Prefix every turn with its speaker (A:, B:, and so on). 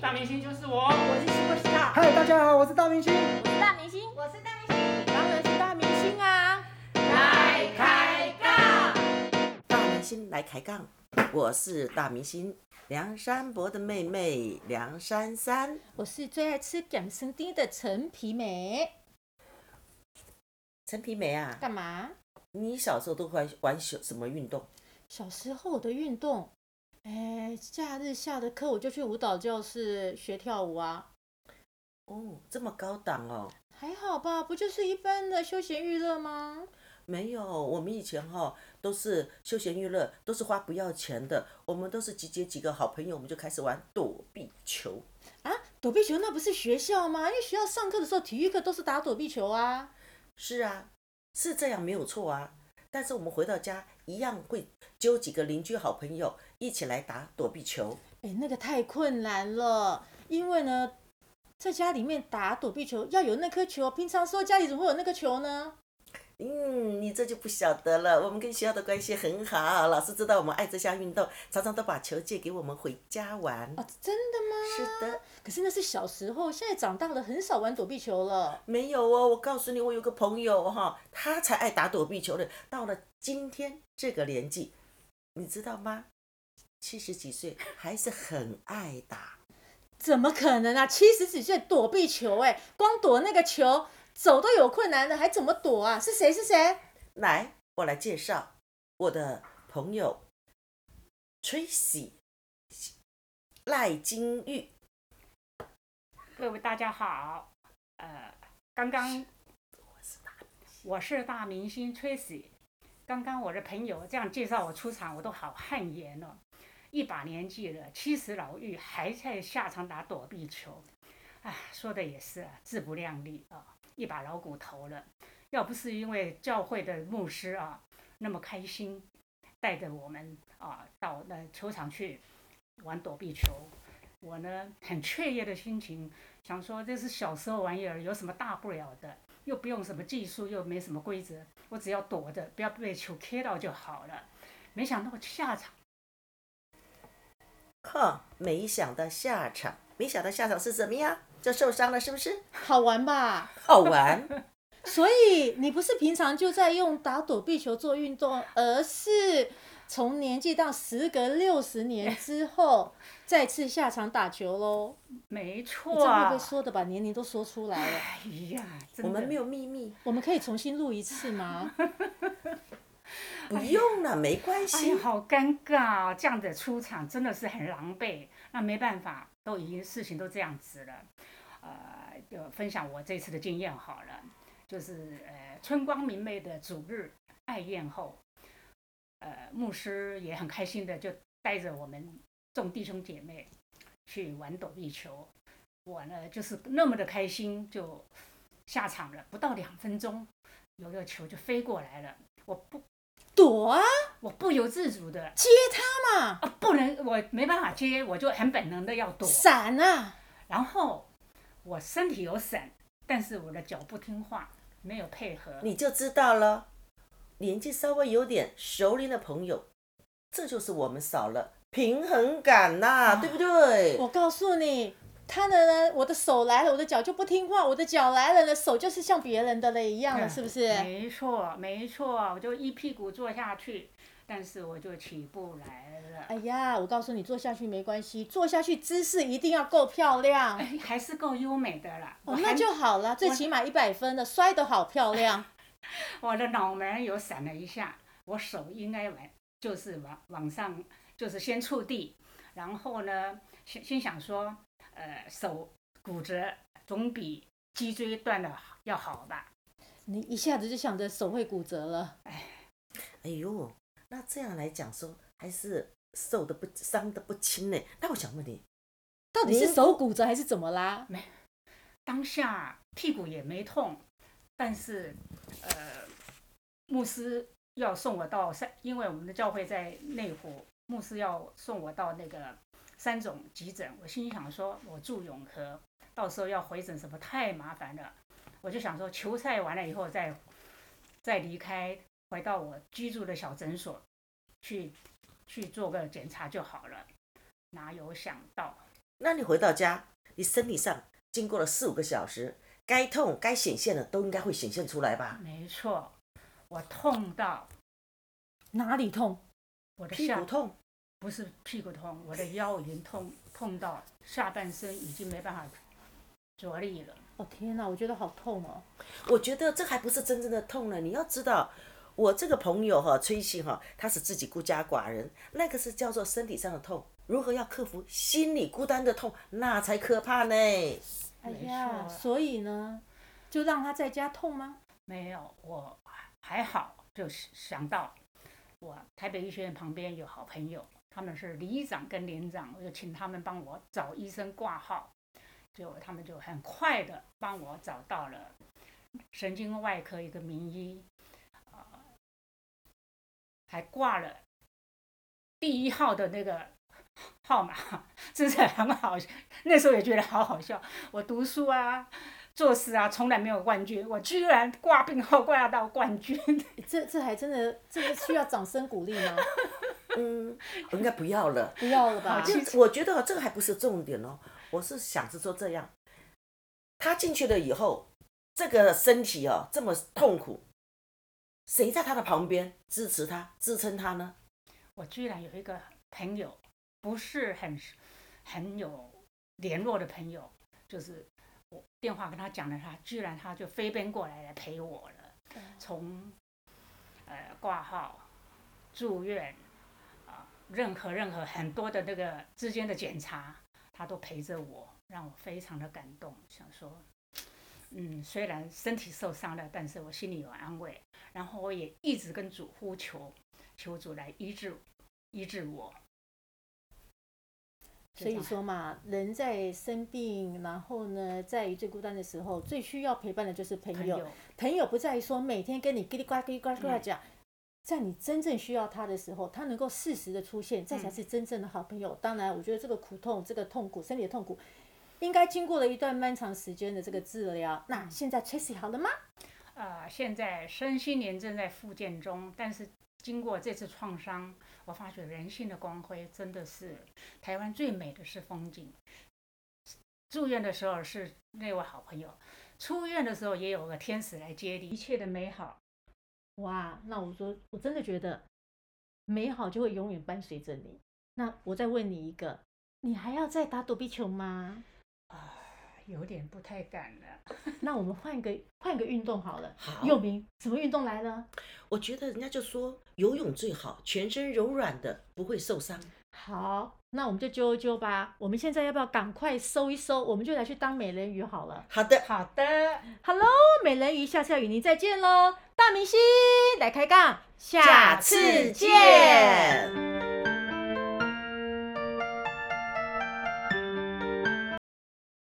A: 大明星就是我，
B: 我是 Super Star，
C: 嗨，大家好，我是大明星。
D: 我是大明星，
B: 我是大明星，
D: 当然是大明星啊！
A: 来开杠。
B: 大明星来开杠，我是大明星梁山伯的妹妹梁珊珊。
D: 我是最爱吃养生丁的陈皮梅，
B: 陈皮梅啊，
D: 干嘛？
B: 你小时候都玩玩什什么运动？
D: 小时候我的运动，哎，假日下的课我就去舞蹈教室学跳舞啊，
B: 哦，这么高档哦。
D: 还好吧？不就是一般的休闲娱乐吗？
B: 没有，我们以前哈、都是休闲娱乐，都是花不要钱的。我们都是集结几个好朋友，我们就开始玩躲避球。
D: 啊，躲避球那不是学校吗？因为学校上课的时候，体育课都是打躲避球啊。
B: 是啊，是这样没有错啊。但是我们回到家一样会揪几个邻居好朋友一起来打躲避球。
D: 哎，那个太困难了，因为呢，在家里面打躲避球要有那颗球，平常时候家里怎么会有那个球呢？
B: 嗯，你这就不晓得了。我们跟学校的关系很好，老师知道我们爱这项运动，常常都把球借给我们回家玩。
D: 啊，真的吗？
B: 是的，
D: 可是那是小时候，现在长大了很少玩躲避球了。
B: 没有哦。我告诉你，我有个朋友哈、他才爱打躲避球的。到了今天这个年纪，你知道吗？七十几岁还是很爱打。
D: 怎么可能啊？七十几岁躲避球、哎，光躲那个球走都有困难了，还怎么躲啊？是谁？是谁？
B: 来，我来介绍我的朋友 Tracy 赖金玉。
A: 各位大家好，呃，刚刚我是大明星 Tracy，刚刚我的朋友这样介绍我出场，我都好汗颜哦。一把年纪了，七十老妪还在下场打躲避球，啊，说的也是啊，自不量力啊，一把老骨头了。要不是因为教会的牧师啊那么开心，带着我们啊到那球场去玩躲避球，我呢很雀跃的心情，想说这是小时候玩意儿，有什么大不了的？又不用什么技术，又没什么规则，我只要躲着，不要被球 K 到就好了。没想到下场
B: 哼，没想到下场，没想到下场是怎么样？就受伤了是不是？
D: 好玩吧？
B: 好玩，
D: 所以你不是平常就在用打躲避球做运动，而是从年纪到时隔六十年之后再次下场打球喽？
A: 没
D: 你这
A: 错
D: 会不
A: 啊
D: 会，说的把年龄都说出来了？
A: 哎呀，真
B: 我们
A: 的
B: 没有秘密，
D: 我们可以重新录一次吗？
B: 不用了，没关
A: 哎呀
B: 系，。
A: 好尴尬、哦，这样的出场真的是很狼狈。那没办法，都已经事情都这样子了，呃，就分享我这次的经验好了，就是呃，春光明媚的主日爱宴后，呃，牧师也很开心的就带着我们众弟兄姐妹去玩躲避球，我呢就是那么的开心，就下场了，不到两分钟，有个球就飞过来了，我不
D: 躲啊，
A: 我不由自主的
D: 接他嘛，
A: 啊，不能，我没办法接，我就很本能的要躲。
D: 闪啊！
A: 然后我身体有闪，但是我的脚不听话，没有配合。
B: 你就知道了。年纪稍微有点熟龄的朋友，这就是我们少了平衡感呐、
A: 哎
B: 对不对？
D: 我告诉你，他的呢，我的手来了，我的脚就不听话，我的脚来了呢，手就是像别人的了一样了，
A: 嗯
D: 是不是？
A: 没错，没错，我就一屁股坐下去，但是我就起不来了。
D: 哎呀，我告诉你，坐下去没关系，坐下去姿势一定要够漂亮，
A: 哎， 还是够优美的啦。我
D: 哦，
A: 还
D: 那就好了，最起码一百分的，摔得好漂亮。
A: 我的脑门有闪了一下，我手应该往就是往往上，就是先触地，然后呢，心心想说，呃，手骨折总比脊椎断的要好吧？
D: 你一下子就想着手会骨折了，
B: 哎呦，那这样来讲说，还是受的不伤的不轻呢。那我想问你，
D: 到底是手骨折还是怎么啦？
A: 当下屁股也没痛，但是，呃，牧师要送我到三，因为我们的教会在内湖，牧师要送我到那个三种急诊。我心里想说，我住永和，到时候要回诊什么太麻烦了，我就想说，球赛完了以后再再离开，回到我居住的小诊所去去做个检查就好了。哪有想到，
B: 那你回到家，你身体上经过了四五个小时，该痛该显现的都应该会显现出来吧？
A: 没错，我痛到
D: 哪里痛？
A: 我的
B: 屁
A: 下
B: 股痛，
A: 不是屁股痛，我的腰已经痛痛到下半身已经没办法着力了。
D: 哦天哪，我觉得好痛哦！
B: 我觉得这还不是真正的痛呢。你要知道，我这个朋友哈、崔信哈、他是自己孤家寡人，那个是叫做身体上的痛。如何要克服心理孤单的痛，那才可怕呢。
D: 哎
A: 没
D: 呀，
A: 错
D: 所以呢，就让他在家痛吗？
A: 没有，我还好，就是想到我台北医学院旁边有好朋友，他们是里长跟连长，我就请他们帮我找医生挂号，结果他们就很快的帮我找到了神经外科一个名医，呃，还挂了第一号的那个。号码 真是很好，笑， 那时候也觉得好好笑。我读书啊，作死啊，从来没有冠军，我居然挂病号挂到冠军，
D: 这这还真的，这个需要掌声鼓励吗？
B: 嗯，我应该不要了。
D: 不要了
A: 好？
D: 吧
B: 就我觉得这个还不是重点哦，我是想是说这样，他进去了以后，这个身体哦这么痛苦，谁在他的旁边支持他、支撑他呢？
A: 我居然有一个朋友，不是很很有联络的朋友，就是我电话跟他讲了他，居然他就飞奔过来来陪我了，从呃挂号、住院啊、任何任何很多的那个之间的检查，他都陪着我，让我非常的感动，想说。嗯，虽然身体受伤了，但是我心里有安慰，然后我也一直跟主呼求，求主来医治医治我。
D: 所
A: 就这
D: 以
A: 样，
D: 说嘛，人在生病，然后呢，在于最孤单的时候，最需要陪伴的就是朋
A: 朋
D: 友。嗯
A: 友
D: 朋友不在于说每天跟你叽里呱叽里呱呱讲，在你真正需要他的时候，他能够适时的出现，这才是真正的好朋友。当然，我觉得这个苦痛、这个痛苦、身体的痛苦，应该经过了一段漫长时间的这个治疗。那现在 Tracy 好了吗？
A: 呃，现在身心灵正在复健中，但是经过这次创伤，我发觉人性的光辉真的是台湾最美的是风景。住院的时候是那位好朋友，出院的时候也有个天使来接你，一切的美好。
D: 哇，那我说，我真的觉得美好就会永远伴随着你。那我再问你一个，你还要再打躲避球吗？
A: 啊，有点不太敢了。
D: 那我们换一个换一个运动好了。
B: 好
D: 佑明，什么运动来了？
B: 我觉得人家就说游泳最好，全身柔软的，不会受伤。
D: 好，那我们就揪一揪吧。我们现在要不要赶快收一收？我们就来去当美人鱼好了。
B: 好的，
A: 好的，
D: Hello，美人鱼，下次要与您再见喽！大明星来开杠，
B: 下次见。